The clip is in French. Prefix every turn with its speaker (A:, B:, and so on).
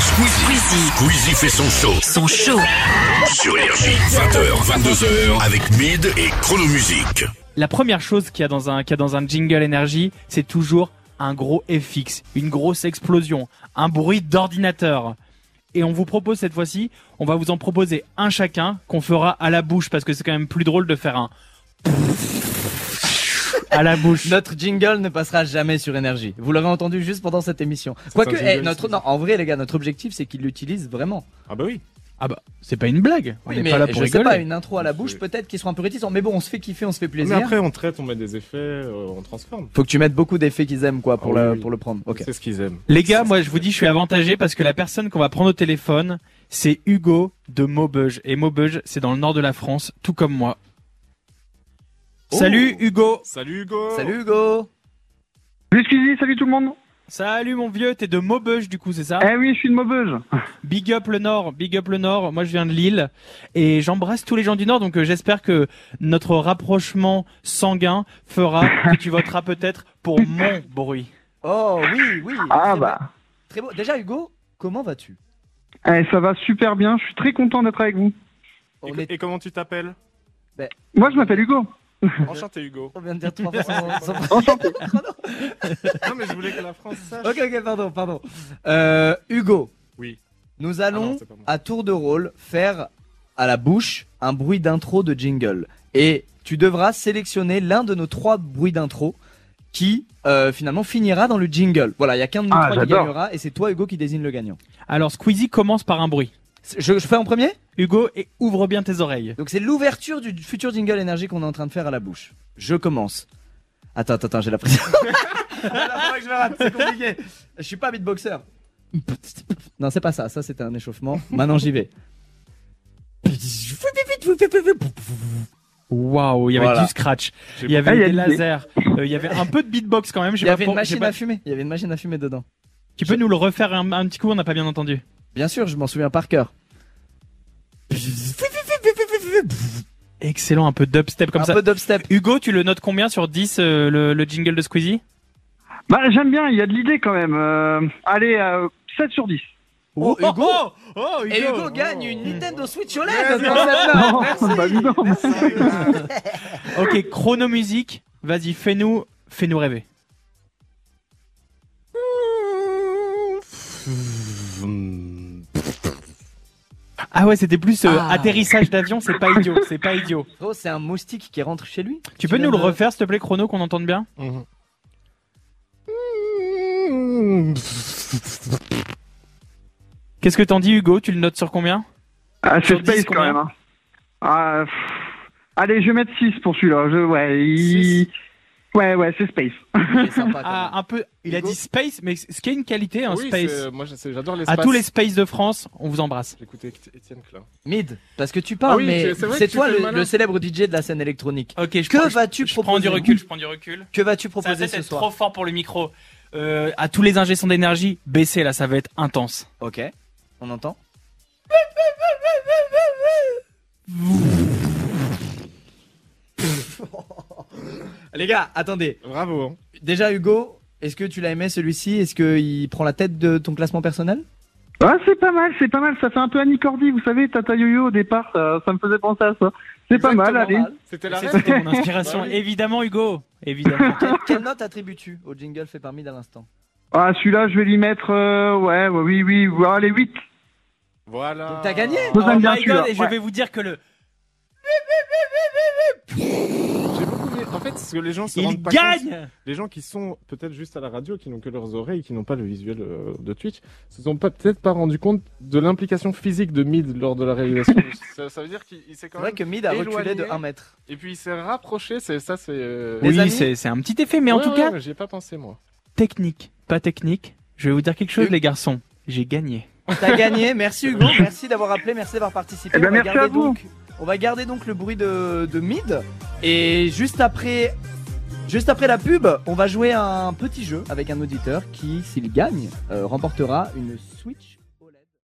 A: Squeezie. Squeezie. fait son show
B: Son show.
A: sur Énergie. 20h, 22h avec Mid et Chronomusique.
C: La première chose qu'il y a dans un, qu'il y a dans un jingle énergie, c'est toujours un gros FX, une grosse explosion, un bruit d'ordinateur. Et on vous propose cette fois-ci, on va vous en proposer un chacun qu'on fera à la bouche parce que c'est quand même plus drôle de faire un à la bouche.
D: Notre jingle ne passera jamais sur énergie. Vous l'aurez entendu juste pendant cette émission. Quoique, eh, notre, non, en vrai, les gars, notre objectif, c'est qu'ils l'utilisent vraiment.
E: Ah bah oui.
C: Ah bah, c'est pas une blague. On
D: Oui,
C: n'est
D: mais
C: pas là
D: je
C: pour
D: sais
C: rigoler.
D: pas, une intro à la bouche, peut-être qu'ils seront un peu réticents. Mais bon, on se fait kiffer, on se fait plaisir.
E: Mais après, on traite, on met des effets, euh, on transforme.
D: Faut que tu mettes beaucoup d'effets qu'ils aiment, quoi, pour,
E: Ah oui,
D: le,
E: oui.
D: pour le prendre. Ok.
E: C'est ce qu'ils aiment.
C: Les gars, moi je vous dis, je suis avantagé parce que la personne qu'on va prendre au téléphone, c'est Hugo de Maubeuge. Et Maubeuge, c'est dans le nord de la France, tout comme moi.
D: Oh.
C: Salut Hugo
E: Salut Hugo
D: Salut Hugo
F: Salut Squeezie, salut tout le monde
C: Salut mon vieux, t'es de Maubeuge du coup, c'est ça
F: Eh oui, je suis de Maubeuge
C: Big up le Nord, big up le Nord. Moi, je viens de Lille et j'embrasse tous les gens du Nord. Donc, euh, j'espère que notre rapprochement sanguin fera que tu voteras peut-être pour mon bruit.
D: Oh oui, oui
F: Ah
D: Très
F: bah
D: beau. Très beau. Déjà Hugo, comment vas-tu
F: Eh, ça va super bien, je suis très content d'être avec vous.
E: Et,
D: on,
E: co-
D: est-
E: et comment tu t'appelles
F: Moi, je m'appelle Hugo.
E: Enchanté Hugo.
D: on vient de dire trois fois sans- sans-
F: Enchanté.
E: non mais je voulais que la France sache.
D: Ok, ok, pardon, pallon. Euh, Hugo.
E: Oui.
D: Nous
E: Ah non,
D: allons,
E: c'est pas moi.
D: à tour de rôle, faire à la bouche un bruit d'intro de jingle. Et tu devras sélectionner l'un de nos trois bruits d'intro qui, euh, finalement, finira dans le jingle. Voilà, il y a qu'un de nous
F: Ah,
D: trois qui
F: j'adore.
D: gagnera et c'est toi, Hugo, qui désigne le gagnant.
C: Alors, Squeezie commence par un bruit.
D: C'est- Je, je fais en premier
C: Hugo, et ouvre bien tes oreilles.
D: Donc c'est l'ouverture du futur jingle énergie qu'on est en train de faire à la bouche. Je commence. Attends, attends, attends, j'ai la pression. Ah, la fois que je me rate, c'est compliqué. Je suis pas beatboxer. Non, c'est pas ça. Ça, c'était un échauffement. Maintenant, j'y vais.
C: Waouh, il y avait
D: Voilà.
C: du scratch,
E: J'ai
C: il y avait
F: Ah, il y a
C: des
F: l'idée.
C: lasers, euh, il y avait un peu de beatbox quand même. je sais
D: Il y
C: pas
D: avait une
C: pour- je sais
D: machine
C: pas-
D: à fumer. Il y avait une machine à fumer dedans.
C: Tu peux nous le refaire un, un petit coup On n'a pas bien entendu.
D: Bien sûr, je m'en souviens par cœur.
C: Excellent, un peu dubstep comme
D: un
C: ça.
D: peu d'obstep.
C: Hugo, tu le notes combien sur 10 euh, le, le jingle de Squeezie
F: Bah, j'aime bien, il y a de l'idée quand même. Euh, allez, euh, 7 sur 10.
D: Oh, Hugo
C: oh, oh, Hugo
D: Et Hugo gagne une Nintendo Switch OLED.
E: Merci.
D: dans cette note.
F: bah, dis donc.
C: Ok, chronomusique, vas-y, fais-nous fais nous rêver. Ah ouais, c'était plus euh, atterrissage d'avion, c'est pas idiot, c'est pas idiot.
D: Frérot, Oh, c'est un moustique qui rentre chez lui.
C: Tu peux
D: viens
C: nous le
D: de-
C: refaire s'il te plaît, chrono, qu'on entende bien Qu'est-ce que t'en dis Hugo Tu le notes sur combien
F: Ah,
C: Sur
F: c'est
C: 10,
F: space quand
C: combien
F: même. hein. Ah, pff. allez, je vais mettre 6 pour celui-là. Je, ouais, il- ouais, ouais, c'est space.
D: Il est sympa, quand
C: Ah,
D: même.
C: un peu. Il a
E: Hugo
C: dit space, mais ce qui est une qualité, un
E: oui,
C: space.
E: c'est- euh, Moi je sais, j'adore
C: À
E: l'espace.
C: tous les spaces de France, on vous embrasse.
E: J'écoutais Éti- Étienne Klein.
D: Mid, parce que tu parles,
E: Ah oui,
D: mais
E: c'est- c'est vrai
D: c'est
E: que tu
D: toi
E: fais
D: le,
E: le malin.
D: le célèbre DJ de la scène électronique.
C: Ok, je,
D: Que
C: prends-
D: vas-tu
C: je
D: proposer
C: prends du recul, je prends du recul.
D: Que
C: Ça
D: vas-tu
C: va
D: proposer ce
C: être
D: soir
C: trop fort pour le micro. Euh, à tous les ingestions d'énergie, baissez là, ça va être intense.
D: Ok, on entend. Les gars, attendez.
E: Bravo. hein.
D: Déjà, Hugo, est-ce que tu l'as aimé celui-ci Est-ce qu'il prend la tête de ton classement personnel
F: Ah, c'est pas mal, c'est pas mal. Ça fait un peu Annie Cordy, vous savez, Tata Yo-Yo au départ, ça, ça me faisait penser à ça. C'est pas mal, allez.
D: Exactement.
E: C'était la rêve.
C: C'était mon inspiration.
E: Bah oui.
C: Évidemment, Hugo. Évidemment.
D: Quelle, quelle note attribues-tu au jingle fait parmi d'à l'instant
F: Ah, celui-là, je vais lui mettre, euh, ouais, ouais, oui, oui, ouais, allez, 8.
E: Voilà.
D: Donc t'as gagné
F: Je
C: Oh
F: t'aime bien
C: my
F: celui-là.
C: god, et je
F: ouais.
C: vais vous dire que le.
E: J'ai beaucoup aimé. En fait, ce que les gens se
C: Il
E: rendent pas compte,
C: gagne
E: les gens qui sont peut-être juste à la radio, qui n'ont que leurs oreilles, qui n'ont pas le visuel euh, de Twitch, se sont pas- peut-être pas rendu compte de l'implication physique de Mid lors de la réalisation. ça, ça veut dire qu'il il s'est
D: C'est
E: quand
D: vrai
E: même.
D: que Mid a reculé
E: éloigné.
D: de 1 mètre.
E: Et puis il s'est rapproché. C'est ça, c'est. euh,
D: Les
C: Oui,
D: amis-
C: c'est c'est un petit effet, mais en
E: ouais,
C: tout
E: ouais,
C: cas,
E: mais j'y ai pas pensé moi.
C: technique, pas technique. Je vais vous dire quelque chose,
D: Hugo.
C: les garçons. J'ai gagné.
D: T'as gagné, merci Hugo, merci d'avoir appelé, merci d'avoir participé.
F: Eh ben,
D: On va
F: merci
D: garder
F: à vous.
D: Donc, on va garder donc le bruit de, de mid et juste après, juste après la pub, on va jouer à un petit jeu avec un auditeur qui, s'il gagne, euh, remportera une Switch